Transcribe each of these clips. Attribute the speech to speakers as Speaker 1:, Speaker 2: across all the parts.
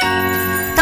Speaker 1: トー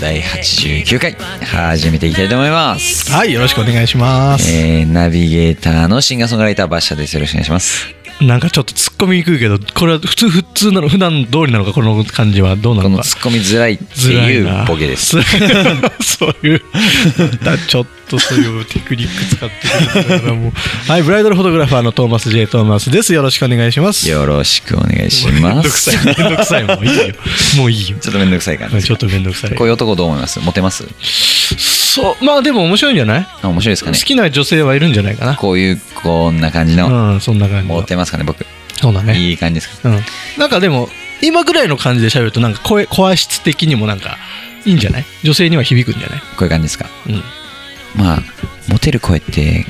Speaker 2: 第89回始めていきたいと思います
Speaker 3: はい、よろしくお願いします。
Speaker 2: えー、ナビゲーターのシンガーソングライターバッシャですよろしくお願いします
Speaker 3: なんかちょっと突っ込みにくいけど、これは普通、普通なの、普段通りなのか、この感じはどうな
Speaker 2: こ
Speaker 3: の
Speaker 2: の
Speaker 3: か。
Speaker 2: ツッコみづらいっていうボケです
Speaker 3: そういう、 だちょっとそういうテクニック使ってくるか らもう。はい、ブライダルフォトグラファーのトーマス J. トーマスです。よろしくお願いします。
Speaker 2: よろしくお願いし
Speaker 3: めんど
Speaker 2: ま
Speaker 3: く
Speaker 2: す
Speaker 3: さい、めん どくさい、もういいよ。もういいよ。
Speaker 2: ちょっとめんどくさいから
Speaker 3: ちょっとめんどくさい
Speaker 2: こう。いう男どう思いますモテます
Speaker 3: そう、まあでも面白いんじゃない
Speaker 2: あ面白いですか
Speaker 3: 好
Speaker 2: ね
Speaker 3: きな女性はいるんじゃないかな。
Speaker 2: こういうこんな感じの
Speaker 3: うん、そんな感じ
Speaker 2: モ
Speaker 3: の。
Speaker 2: テますかね僕
Speaker 3: そうだね。
Speaker 2: いい感じですか
Speaker 3: うん、なんかでも今ぐらいの感じで喋るとなんか声声質的にもなんかいいんじゃない女性には響くんじゃない、
Speaker 2: こういう感じですか
Speaker 3: うん、
Speaker 2: まあモテる声って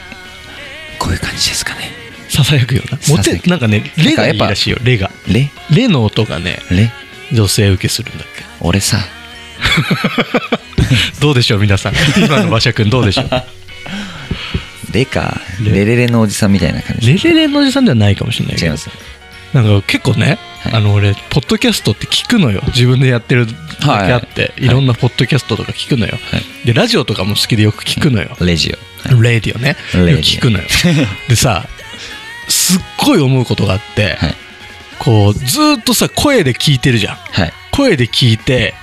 Speaker 2: こういう感じですかね
Speaker 3: ささやくようなモ
Speaker 2: ささや
Speaker 3: テ
Speaker 2: く
Speaker 3: なんかねレがいいらしいよレが
Speaker 2: レ
Speaker 3: レの音がね
Speaker 2: レ
Speaker 3: 女性受けするんだっけ
Speaker 2: 俺さ
Speaker 3: どうでしょう皆さん今の馬車君どうでしょう
Speaker 2: レか
Speaker 3: レ
Speaker 2: レレレのおじさんみたいな感じ
Speaker 3: レレレのおじさんではないかもしれないけ
Speaker 2: 違い
Speaker 3: ど
Speaker 2: ます
Speaker 3: なんか結構ね、
Speaker 2: はい
Speaker 3: あの俺ポッドキャストって聞くのよ自分でやってるだけあって、いろんなポッドキャストとか聞くのよ、
Speaker 2: はい
Speaker 3: でラジオとかも好きでよく聞くのよ、
Speaker 2: レジオはい
Speaker 3: レディオね
Speaker 2: レディオ
Speaker 3: 聞 くのよでさすっごい思うことがあって、
Speaker 2: はい
Speaker 3: こうずーっとさ声で聞いてるじゃん
Speaker 2: はい
Speaker 3: 声で聞いて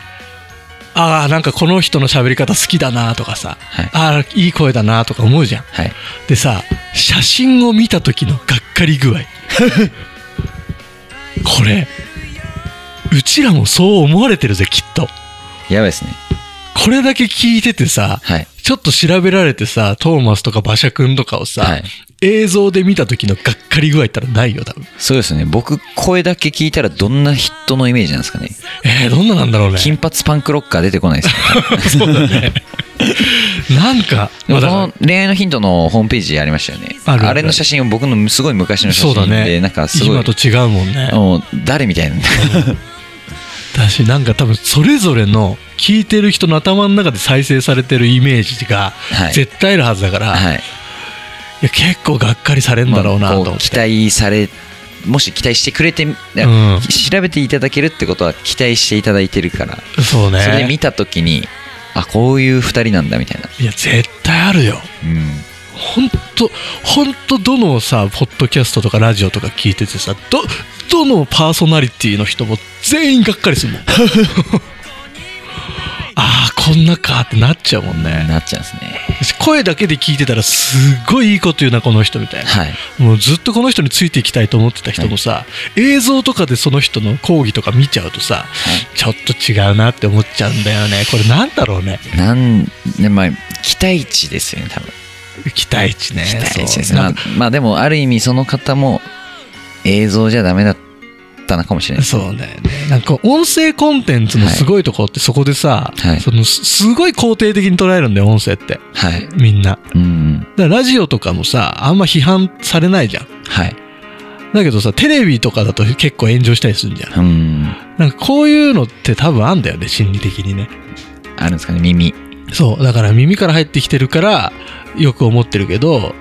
Speaker 3: ああなんかこの人の喋り方好きだなとかさ、
Speaker 2: はい
Speaker 3: ああいい声だなとか思うじゃん
Speaker 2: はい
Speaker 3: でさ写真を見た時のがっかり具 合これうちらもそう思われてるぜきっと
Speaker 2: やばいですね
Speaker 3: これだけ聞いててさ、
Speaker 2: はい
Speaker 3: ちょっと調べられてさ、トーマスとか馬車くんとかをさ、
Speaker 2: はい
Speaker 3: 映像で見た時のがっかり具合ったらないよ、多分。
Speaker 2: そうですね僕声だけ聞いたらどんな人のイメージなんですかね
Speaker 3: えー、どんななんだろ うね。
Speaker 2: 金髪パンクロッカー出てこ ないですよ
Speaker 3: そうだね。 なんか、
Speaker 2: で
Speaker 3: ま
Speaker 2: も
Speaker 3: あだ
Speaker 2: こ
Speaker 3: から
Speaker 2: の恋愛のヒントのホームページありましたよね
Speaker 3: あるある
Speaker 2: あれの写真を僕のすごい昔の写
Speaker 3: そうだ
Speaker 2: 真で
Speaker 3: ね。
Speaker 2: なんかすごい
Speaker 3: 今と違うもんね。
Speaker 2: もう誰みたい な
Speaker 3: だし、なんか多分それぞれの聞いてる人の頭の中で再生されてるイメージが
Speaker 2: はい
Speaker 3: 絶対あるはずだから、い
Speaker 2: はい
Speaker 3: や結構がっかりされるんだろう
Speaker 2: まあ
Speaker 3: なと思
Speaker 2: こ
Speaker 3: っ
Speaker 2: う期
Speaker 3: て。
Speaker 2: 待されもし期待してくれて、いや
Speaker 3: うん
Speaker 2: 調べていただけるってことは期待していただいてるから、
Speaker 3: そ
Speaker 2: そ
Speaker 3: う
Speaker 2: れで
Speaker 3: ね
Speaker 2: 見。た時にあこういう2人なんだみたいな、
Speaker 3: いや、絶対あるよ。
Speaker 2: うん、
Speaker 3: ほんと、ほんとどのさ、ポッドキャストとかラジオとか聞いててさ、ど、どのパーソナリティの人も全員がっかりするもん。 ああ、こんなかってなっちゃうもんね。
Speaker 2: なっちゃうんですね
Speaker 3: 声だけで聞いてたらすっごいいいこと言うな、この人みたいな。
Speaker 2: はい
Speaker 3: もうずっとこの人についていきたいと思ってた人もさ、映像とかでその人の講義とか見ちゃうとさ、ちょっと違うなって思っちゃうんだよね。これなんだろうね。
Speaker 2: なんねまあ期待値ですよね多分
Speaker 3: 期待値ね。
Speaker 2: 期待値です
Speaker 3: そう
Speaker 2: まあ、まあでもある意味その方も映像じゃダメだったのかもしれないです
Speaker 3: そうだよね。なんか音声コンテンツのすごいところってそこでさ、
Speaker 2: はい
Speaker 3: そのすすごい肯定的に捉えるんだよ、音声って。
Speaker 2: はい
Speaker 3: みんな。だか
Speaker 2: うん
Speaker 3: らラジオとかもさ、あんま批判されないじゃん。
Speaker 2: はい
Speaker 3: だけどさ、テレビとかだと結構炎上したりするじゃん。
Speaker 2: うん
Speaker 3: なんかこういうのって多分あんだよね、心理的にね。
Speaker 2: あるんですかね耳
Speaker 3: そう。だから耳から入ってきてるから、よく思ってるけど、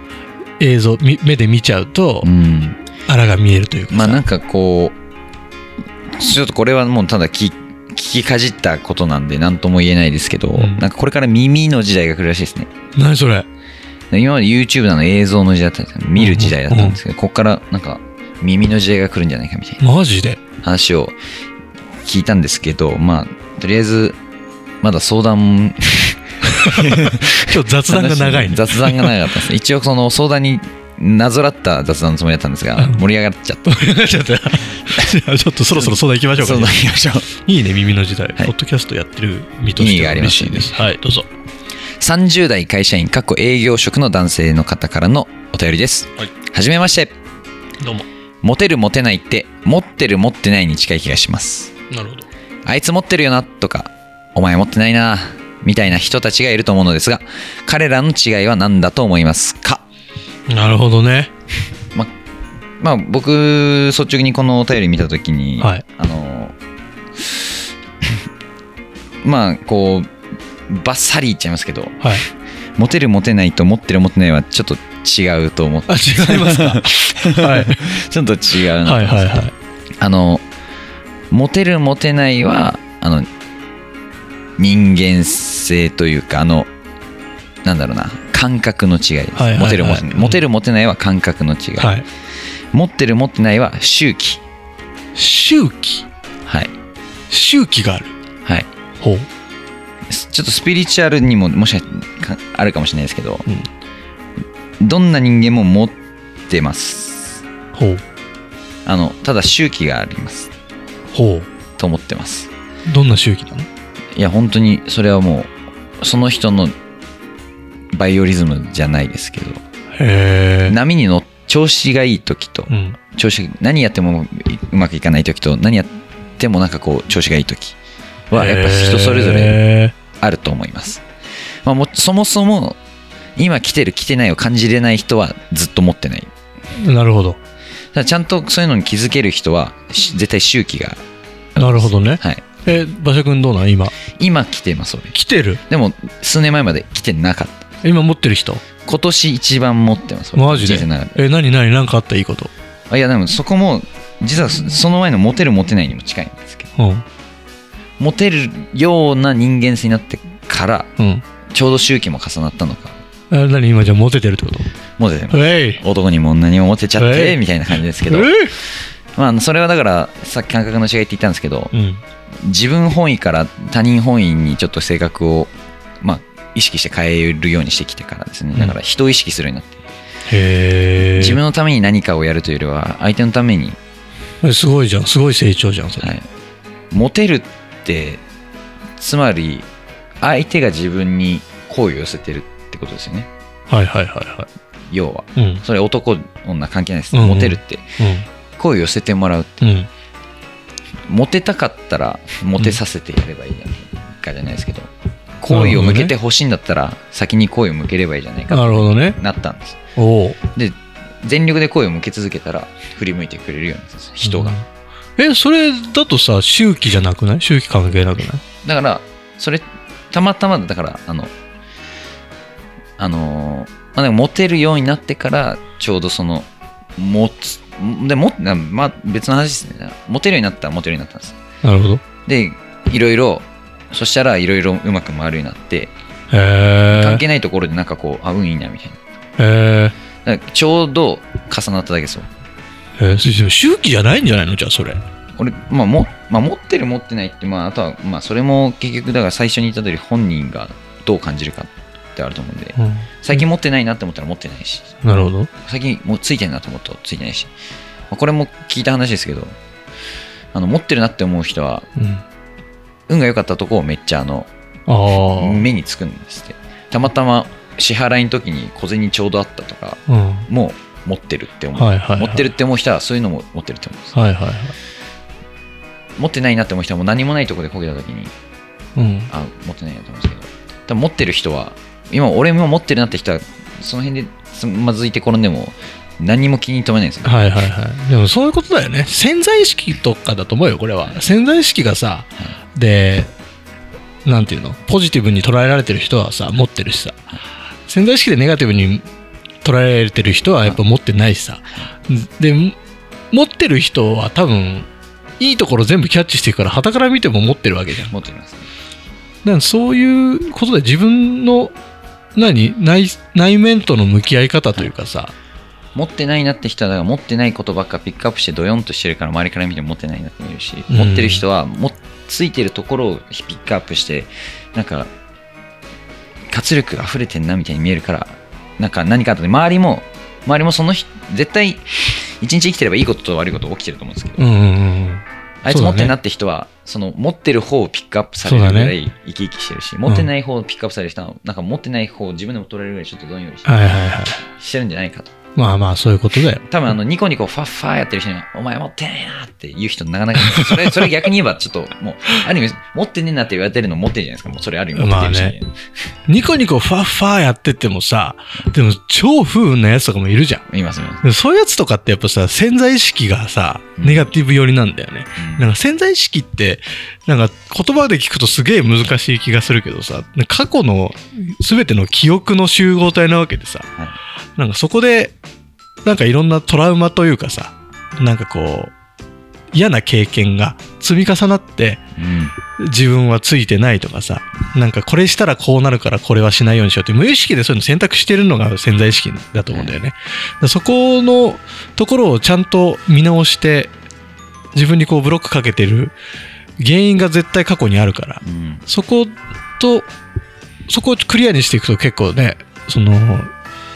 Speaker 3: 映像、み目で見ちゃうと
Speaker 2: う、ん
Speaker 3: あらが見えるというかさ。
Speaker 2: まあなんかこうちょっとこれはもうただ聞聞きかじったことなんで何とも言えないですけど、
Speaker 3: ん
Speaker 2: なんかこれから耳の時代が来るらしいですね
Speaker 3: 何それ
Speaker 2: 今まで YouTube なの映像の時代だったんですよ見る時代だったんですけど、ここからなんか耳の時代が来るんじゃないかみたいな
Speaker 3: マ ジで
Speaker 2: 話を聞いたんですけどまあとりあえずまだ相談
Speaker 3: ちょっと 雑談が長い ね。
Speaker 2: 雑談が長かったです一応その相談になぞらった雑談のつもりだったんですが
Speaker 3: うん
Speaker 2: 盛り上がっち ゃった
Speaker 3: ちょっと、じゃあちょっとそろそろ相談行きましょうか、
Speaker 2: 相談行きましょう
Speaker 3: いいね、耳の時代。
Speaker 2: はい
Speaker 3: ポッドキャストやってる身とし
Speaker 2: 意味
Speaker 3: て
Speaker 2: が
Speaker 3: は
Speaker 2: ありま
Speaker 3: 嬉
Speaker 2: す
Speaker 3: し
Speaker 2: よ
Speaker 3: い
Speaker 2: ね
Speaker 3: です。はい、どうぞ。
Speaker 2: 30代会社員かっこ営業職の男性の方からのお便りです
Speaker 3: はい
Speaker 2: はじめまして
Speaker 3: どうも。
Speaker 2: モテるモテないって持ってる持ってないに近い気がします
Speaker 3: なるほど。
Speaker 2: あいつ持ってるよなとかお前持ってないなみたいな人たちがいると思うのですが彼らの違いは何だと思いますか
Speaker 3: なるほどね。
Speaker 2: まあ僕率直にこのお便り見た時に、
Speaker 3: はい
Speaker 2: あの まあこうバッサリ言っちゃいますけど
Speaker 3: はい。
Speaker 2: モテるモテないと持ってる持てないはちょっと違うと思って
Speaker 3: あ、違いますか。はい。
Speaker 2: ちょっと違 うなと
Speaker 3: はいはいはい。
Speaker 2: あのモテるモテないはあの人間性というかあのなんだろうな感覚の違いです、
Speaker 3: はいはいはい
Speaker 2: モテるモテない
Speaker 3: うん
Speaker 2: モテるモテないは感覚の違い、
Speaker 3: はい。
Speaker 2: 持ってる持ってないは周期
Speaker 3: 周期。
Speaker 2: はい
Speaker 3: 周期がある。
Speaker 2: はい
Speaker 3: ほう。
Speaker 2: ちょっとスピリチュアルにももしかかあるかもしれないですけど、どんな人間も持ってます
Speaker 3: ほう。
Speaker 2: あのただ周期があります
Speaker 3: ほ
Speaker 2: と思ってます
Speaker 3: う。どんな周期なの
Speaker 2: いや本当にそれはもうその人のバイオリズムじゃないですけど
Speaker 3: へえ。
Speaker 2: 波に乗っ調子がいい時と
Speaker 3: うん。
Speaker 2: 調子何やってもうまくいかない時と何やってもなんかこう調子がいい時はやっぱ人それぞれ
Speaker 3: れ。
Speaker 2: あると思います、まあ、もそもそも今来てる来てないを感じれない人はずっと持ってない
Speaker 3: なるほど。
Speaker 2: だからちゃんとそういうのに気づける人はし絶対周期が
Speaker 3: なるほどね。
Speaker 2: はい
Speaker 3: え、馬車くんどうなん今。
Speaker 2: 今来てます俺
Speaker 3: 来てる
Speaker 2: でも数年前まで来てなかった
Speaker 3: 今持ってる人
Speaker 2: 今年一番持ってます俺
Speaker 3: マジで
Speaker 2: 人生の中
Speaker 3: え、何何何かあったいいこと。
Speaker 2: あいやでもそこも実はそその前のモテるモテないにも近いんですけど
Speaker 3: うん。
Speaker 2: モテるような人間性になってから
Speaker 3: うん。
Speaker 2: ちょうど周期も重なったのか
Speaker 3: え、何今じゃあモテてるってこと
Speaker 2: モテてます
Speaker 3: えい。
Speaker 2: 男にも女にもモテちゃっ
Speaker 3: え
Speaker 2: てみたいな感じですけど
Speaker 3: えい
Speaker 2: まあそれはだからさっき感覚の違いって言ったんですけど
Speaker 3: うん。
Speaker 2: 自分本位から他人本位にちょっと性格をまあ意識して変えるようにしてきてからですねだから人を意識するようになって
Speaker 3: へえ。
Speaker 2: 自分のために何かをやるというよりは相手のために
Speaker 3: えすごいじゃん。すごい成長じゃん、それ。
Speaker 2: はい、モテるってつまり相手が自分に好意を寄せてるってことですよね
Speaker 3: はいはいはいは。
Speaker 2: 要はい
Speaker 3: うん。
Speaker 2: それ男女関係ないです、
Speaker 3: うんうん
Speaker 2: モテるって好意を寄せてもらう
Speaker 3: うん。うん。
Speaker 2: モテたかったらモテさせてやればいいじゃないかじゃないですけど好意を向けてほしいんだったら先に好意を向ければいいじゃないか
Speaker 3: なるほどね。
Speaker 2: なったんです
Speaker 3: おお。
Speaker 2: で全力で好意を向け続けたら振り向いてくれるようになったんです人が、
Speaker 3: うん。え、それだとさ、周期じゃなくない周期関係なくない
Speaker 2: だからそれたまたまだからあのあのーまあでもモテるようになってからちょうどその持つでもなまあ別の話ですねモテるようになったらモテるようになったんです
Speaker 3: なるほど。
Speaker 2: でいろいろそしたらいろいろうまく回るようになって
Speaker 3: へえ。
Speaker 2: 関係ないところでなんかこうあ運いいなみたいな
Speaker 3: へ
Speaker 2: だからちょうど重なっただけですよ
Speaker 3: え。へえ。それでも周期じゃないんじゃないのじゃあ、それ。
Speaker 2: 俺、まあもまあ、持ってる持ってないって、まあ、あとは、まあ、それも結局だから最初に言った通り本人がどう感じるかってあると思うんで
Speaker 3: うん。
Speaker 2: 最近持ってないなって思ったら持ってないし
Speaker 3: なるほど。
Speaker 2: 最近もうついてるなと思ったらついてないし、まあこれも聞いた話ですけどあの持ってるなって思う人は
Speaker 3: うん。
Speaker 2: 運が良かったとこをめっちゃあの
Speaker 3: ああ。
Speaker 2: 目につくんですってたまたま支払いの時に小銭ちょうどあったとか
Speaker 3: うん。
Speaker 2: もう持ってるって思う、
Speaker 3: はいはいはい
Speaker 2: 持ってるって思う人はそういうのも持ってるって思うんです
Speaker 3: はいはいはい。
Speaker 2: 持ってないなって思う人はもう何もないとこでこけた時に
Speaker 3: うん。
Speaker 2: あ持ってないなと思うんですけど多分持ってる人は今俺も持ってるなって人はその辺でつまずいて転んでも何にも気に留めないんですよ、
Speaker 3: はいはいはい。でもそういうことだよね。潜在意識とかだと思うよ、これは。潜在意識がさ、で、なんていうの、ポジティブに捉えられてる人はさ、持ってるしさ、潜在意識でネガティブに捉えられてる人はやっぱ持ってないしさ、で、持ってる人は多分、いいところ全部キャッチしていくから、傍から見ても持ってるわけじゃん。
Speaker 2: 持ってます、ね、
Speaker 3: だからそういうことで自分の、何内内面との向き合い方というかさ、
Speaker 2: 持ってないなって人はだから持ってないことばっかピックアップしてドヨンとしてるから周りから見ても持ってないなって見えるし、
Speaker 3: うん
Speaker 2: 持ってる人はもついてるところをピックアップしてなんか活力溢れてんなみたいに見えるからなんか何かあったで周りも周りもその日絶対一日生きてればいいことと悪いこと起きてると思うんですけど、
Speaker 3: うんうんうん、
Speaker 2: あいつ
Speaker 3: そう
Speaker 2: 持
Speaker 3: だね
Speaker 2: ってんなって人はその持ってる方をピックアップされるぐらい生き生きしてるし、持ってない方をピックアップされる人はなんか持ってない方を自分でも取れるぐらいちょっとどんよりして
Speaker 3: はいはいはい。
Speaker 2: してるんじゃないかと
Speaker 3: まあまあ、そういうことだよ。
Speaker 2: 多分あのニコニコファッファーやってる人に「お前持ってないな」って言う人なかなかいないそれそれ逆に言えばちょっともうある意味持ってねえなって言われてるの持ってるじゃないですかもうそれある意味持ってるし、
Speaker 3: まあねニコニコファッファーやっててもさ、でも超不運なやつとかもいるじゃん。
Speaker 2: いますいます
Speaker 3: でもそういうやつとかってやっぱさ、潜在意識がさ、
Speaker 2: うん
Speaker 3: ネガティブ寄りなんだよね。
Speaker 2: うん
Speaker 3: なんか潜在意識って、なんか言葉で聞くとすげえ難しい気がするけどさ、過去の全ての記憶の集合体なわけでさ、
Speaker 2: はい
Speaker 3: なんかそこで、なんかいろんなトラウマというかさ、なんかこう、嫌な経験が積み重なって、
Speaker 2: うん
Speaker 3: 自分はついてないとかさなんかこれしたらこうなるからこれはしないようにしようって無意識でそういうの選択してるのが潜在意識だと思うんだよね、だからそこのところをちゃんと見直して自分にこうブロックかけてる原因が絶対過去にあるから
Speaker 2: うん
Speaker 3: そことそこをクリアにしていくと結構ねその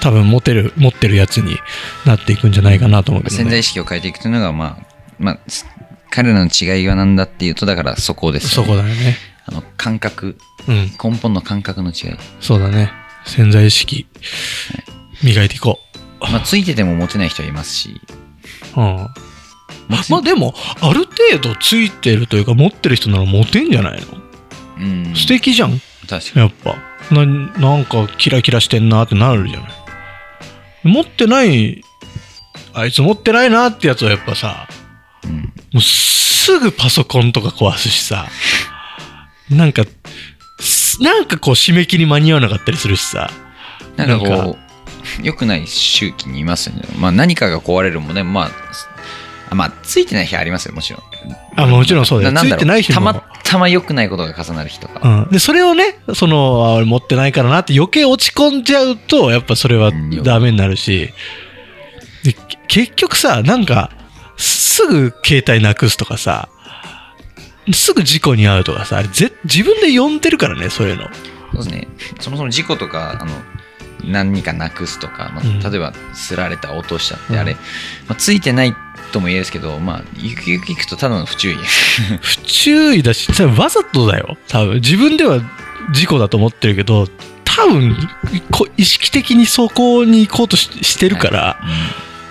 Speaker 3: 多分持てる持ってるやつになっていくんじゃないかなと思うけど、ね、
Speaker 2: 潜在意識を変えていくというのが、まあ、まあ、す彼らの違いは何だっていうと、だからそこです
Speaker 3: そ
Speaker 2: よね、
Speaker 3: こだよね
Speaker 2: あの感覚、
Speaker 3: うん
Speaker 2: 根本の感覚の違い。
Speaker 3: そうだね潜在意識磨いていこう
Speaker 2: まあ、ついてても持てない人はいますし、
Speaker 3: うん
Speaker 2: 持つ
Speaker 3: まあでもある程度ついてるというか持ってる人ならモテんじゃないの、
Speaker 2: うん、
Speaker 3: 素敵じゃん
Speaker 2: 確か
Speaker 3: やっぱななんかキラキラしてんなってなるじゃない持ってないあいつ持ってないなってやつはやっぱさ
Speaker 2: に。うん
Speaker 3: もうすぐパソコンとか壊すしさなんかすなんかこう締め切り間に合わなかったりするしさ
Speaker 2: なんか
Speaker 3: なん
Speaker 2: こう、良くない周期にいますよね。まあ、何かが壊れるもね、まあすあ、まあ、ついてない日はありますよ、もちろん。
Speaker 3: あもちろんそうだよ
Speaker 2: な
Speaker 3: つ
Speaker 2: んだ
Speaker 3: い
Speaker 2: ろう
Speaker 3: てない人
Speaker 2: た
Speaker 3: も
Speaker 2: またま良くないことが重なる日とか。
Speaker 3: うん、でそれをねそのあ俺持ってないからなって余計落ち込んじゃうとやっぱそれは
Speaker 2: うん
Speaker 3: ダメになるしでけ結局さなんかすぐ携帯なくすとかさすぐ事故に遭うとかさあれぜ自分で呼んでるからねそういうの
Speaker 2: そうですね。そもそも事故とか、あの、何かなくすとか、まあ
Speaker 3: うん
Speaker 2: 例えば、すられた、落としたって、
Speaker 3: うん
Speaker 2: あれ、まあ、ついてないとも言えですけど、まあ、ゆくゆくいくとただの不注意。
Speaker 3: 不注意だしそれわざとだよ多分自分では事故だと思ってるけど多分こ意識的にそこに行こうとししてるから、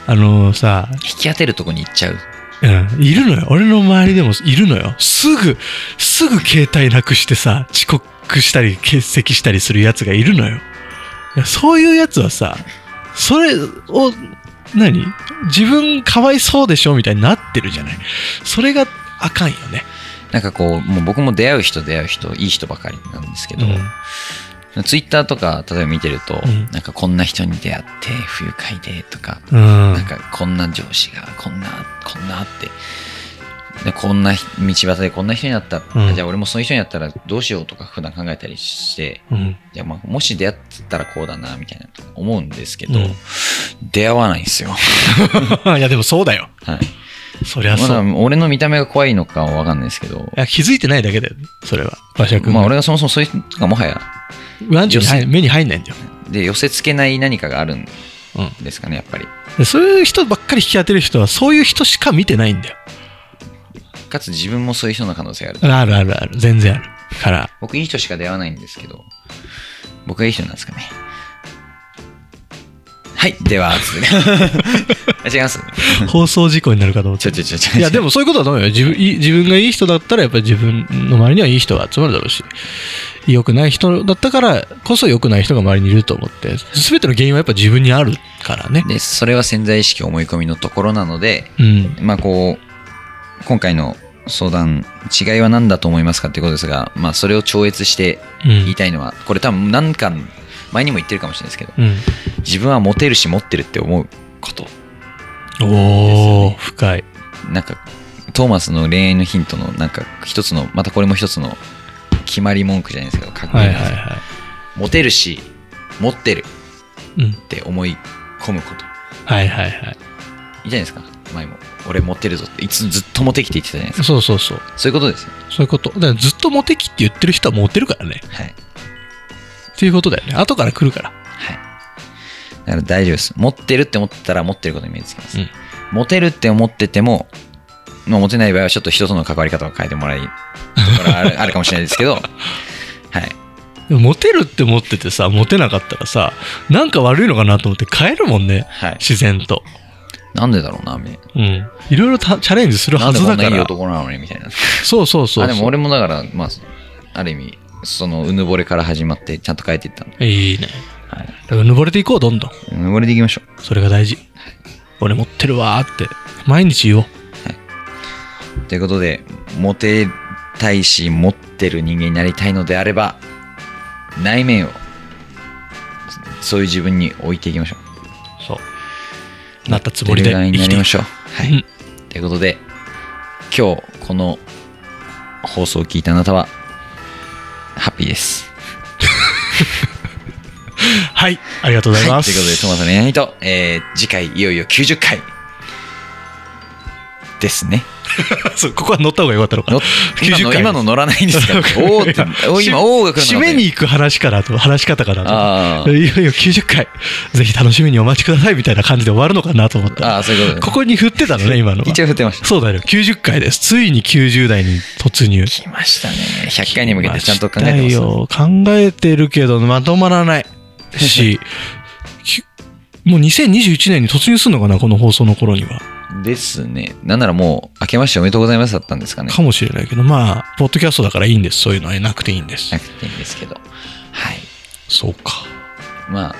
Speaker 3: あのさ
Speaker 2: 引き当てるとこに行っちゃう。
Speaker 3: うん、いるのよ。俺の周りでもいるのよ。すぐ、すぐ携帯なくしてさ、遅刻したり、欠席したりするやつがいるのよ。いやそういうやつはさ、それを、何自分かわいそうでしょみたいになってるじゃない。それがあかんよね。
Speaker 2: なんかこう、もう僕も出会う人出会う人、いい人ばかりなんですけど、ツイッターとか、例えば見てると、
Speaker 3: うん
Speaker 2: なんかこんな人に出会って、不愉快でとか、
Speaker 3: うん。う
Speaker 2: なん
Speaker 3: ん。
Speaker 2: かこんな上司が、こんな、こんなって、でこんな道端でこんな人になった、
Speaker 3: うん
Speaker 2: じゃあ俺もそういう人になったらどうしようとか普段考えたりして、
Speaker 3: うん。
Speaker 2: じゃあまあもし出会ったらこうだな、みたいな思うんですけど、
Speaker 3: うん
Speaker 2: 出会わないんですよ。
Speaker 3: いや、でもそうだよ。
Speaker 2: はい。
Speaker 3: そりゃ
Speaker 2: ま
Speaker 3: そう。
Speaker 2: だ
Speaker 3: い
Speaker 2: 俺の見た目が怖いのかはわかんないですけど、
Speaker 3: や気づいてないだけだよ。それは。馬車君
Speaker 2: まあ
Speaker 3: が。
Speaker 2: 俺がそもそもそういう人がもはや
Speaker 3: ワンチャン目に入んないんだよ。
Speaker 2: で寄せ付けない何かがあるん
Speaker 3: うん。
Speaker 2: ですかねやっぱり
Speaker 3: でそういう人ばっかり引き当てる人は、そういう人しか見てないんだよ。
Speaker 2: かつ自分もそういう人の可能性がある
Speaker 3: あるあるある、全然ある。 から、
Speaker 2: 僕いい人しか出会わないんですけど僕はいい人なんですかねはいではつって あ違います
Speaker 3: 放送事故になるかと思っ
Speaker 2: ち
Speaker 3: て
Speaker 2: ょ。ちょちょちょ
Speaker 3: いや、でもそういうことだと思うよ。自分い自分がいい人だったら、やっぱり自分の周りにはいい人が集まるだろうし、良くない人だったからこそ良くない人が周りにいると思って、全ての原因はやっぱ自分にあるからね。
Speaker 2: でそれは潜在意識思い込みのところなので
Speaker 3: うん。
Speaker 2: まあこう今回の相談違いは何だと思いますかっていうことですが、まあ、それを超越して
Speaker 3: う
Speaker 2: 言い
Speaker 3: ん。
Speaker 2: たいのはこれ多分何か前にも言ってるかもしれないですけど
Speaker 3: うん、
Speaker 2: 自分はモテるし持ってるって思うこと
Speaker 3: おー、深い。
Speaker 2: なんかトーマスの恋愛のヒントのなんか一つのまたこれも一つの決まり文句じゃないですけどかっこい
Speaker 3: はいい
Speaker 2: な
Speaker 3: はい
Speaker 2: ですよ
Speaker 3: は
Speaker 2: モテるし持ってる
Speaker 3: い。うん。
Speaker 2: って思い込むこと
Speaker 3: はいはいは
Speaker 2: い
Speaker 3: い。
Speaker 2: いじゃないですか前も俺持ってるぞっていつずっとモテきって言ってたじゃないですか
Speaker 3: そうそうそう。
Speaker 2: そういうことですよ
Speaker 3: そういうこと。だからずっとモテ期って言ってる人はモテるからね。
Speaker 2: はい
Speaker 3: っていうことだよね。後から来るから。
Speaker 2: はいだから大丈夫です持ってるって思ってたら持ってることに目つきます、
Speaker 3: うん
Speaker 2: モテるって思っててもまあモテない場合 はちょっと人との関わり方を変えてもらいところはあるあるかもしれないですけどはい
Speaker 3: でもモテるって思っててさモテなかったらさなんか悪いのかなと思って変えるもんね
Speaker 2: はい
Speaker 3: 自然と
Speaker 2: なんでだろうなみたいな
Speaker 3: うんいろいろたチャレンジする
Speaker 2: な
Speaker 3: は
Speaker 2: んで
Speaker 3: ず
Speaker 2: こん
Speaker 3: だ
Speaker 2: な
Speaker 3: か
Speaker 2: いい
Speaker 3: ら
Speaker 2: 男なのにみたいな
Speaker 3: そうそうそう
Speaker 2: あでも
Speaker 3: そう
Speaker 2: 俺もだからまあある意味そのうぬぼれから始まってちゃんと変えていったんで、
Speaker 3: いいね
Speaker 2: はい、
Speaker 3: だから登れていこうどんどん
Speaker 2: うぬぼれでいきましょ
Speaker 3: それが大事俺持ってるわーって毎日言おう
Speaker 2: うということでモテたいし持ってる人間になりたいのであれば内面をそそういう自分に置いていきましょう
Speaker 3: そうなったつもりで
Speaker 2: モテる側
Speaker 3: 生
Speaker 2: にな
Speaker 3: き
Speaker 2: り
Speaker 3: てい
Speaker 2: ま
Speaker 3: く
Speaker 2: しょうはい、
Speaker 3: うん
Speaker 2: ということで今日この放送を聞いたあなたはハッピーです
Speaker 3: はいありがとうございます、
Speaker 2: はい、ということで、トマトのやりと、えー次回いよいよ90回ですね。
Speaker 3: そうここは乗った方がよかったのかな
Speaker 2: の今の
Speaker 3: 90回
Speaker 2: 今の乗らないんです かおーって、おー今、おーが来るのかと
Speaker 3: 締めに行く話かなと話し方かなと
Speaker 2: あ
Speaker 3: いよいよ90回ぜひ楽しみにお待ちくださいみたいな感じで終わるのかなと思っ
Speaker 2: あ、
Speaker 3: た
Speaker 2: ああ、そういうこと
Speaker 3: ここに振ってたのね今のは
Speaker 2: 一応振ってました。
Speaker 3: そうだよ90回ですついに90代に突入
Speaker 2: 来ましたね。100回に向けてちゃんと考えて
Speaker 3: 来
Speaker 2: ま
Speaker 3: た
Speaker 2: す。
Speaker 3: よ考えてるけどまとまらないしきもう2021年に突入するのかなこの放送の頃には
Speaker 2: ですね。なんならもう、明けましておめでとうございますだったんですかね。
Speaker 3: かもしれないけどまあポッドキャストだからいいんですそういうのはなくていいんです
Speaker 2: なくていいんですけど。はい。
Speaker 3: そうか
Speaker 2: まあ、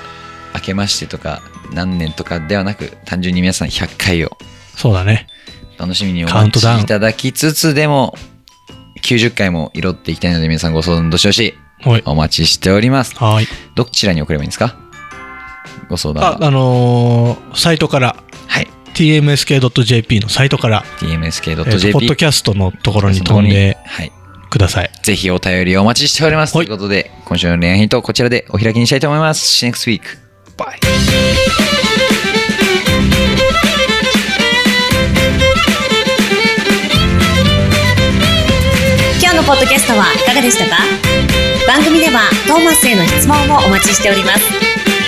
Speaker 2: 明けましてとか、何年とかではなく、単純に皆さん100回を
Speaker 3: そうだね
Speaker 2: 楽しみにお
Speaker 3: カウン
Speaker 2: 待
Speaker 3: ト
Speaker 2: ち
Speaker 3: ダウン
Speaker 2: いただきつつでも90回も拾っていきたいので皆さんご相談どしどし
Speaker 3: はい
Speaker 2: お待ちしております
Speaker 3: はい
Speaker 2: どちらに送ればいいんですかご相
Speaker 3: あ
Speaker 2: 談は
Speaker 3: あのーサイトから
Speaker 2: はい
Speaker 3: tmsk.jp のサイトから、えーとポッド
Speaker 2: tmsk.jp
Speaker 3: キャストのところに
Speaker 2: そこ
Speaker 3: 飛ん
Speaker 2: に
Speaker 3: で
Speaker 2: はい
Speaker 3: ください。
Speaker 2: ぜひお便りをお待ちしておりますと
Speaker 3: はい
Speaker 2: いうことで今週の恋愛ヒントこちらでお開きにしたいと思います See you next week bye
Speaker 1: 「今日のポッドキャストはいかがでしたか番組ではトーマスへの質問もお待ちしております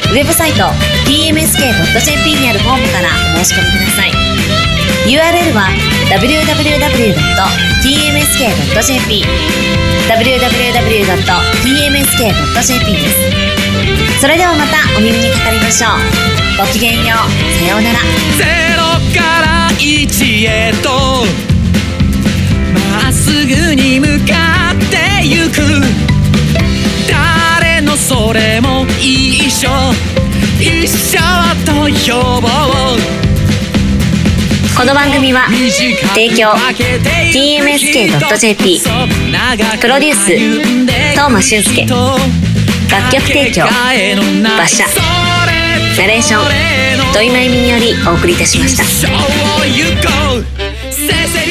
Speaker 1: ウェブサイト tmsk.jp にあるフォームからお申し込みください URL は www.tmsk.jp www.tmsk.jp ですそれではまたお耳にかかりましょうごきげんようさようなら
Speaker 4: ゼロから一へとまっすぐに向かってゆく誰のそれも一緒一緒と呼ぼう
Speaker 1: この番組は提供 TMSK.jp プロデュース東間俊介楽曲提供馬車ナレーション土井真由美によりお送りいたしました
Speaker 4: 一生を行こうせせ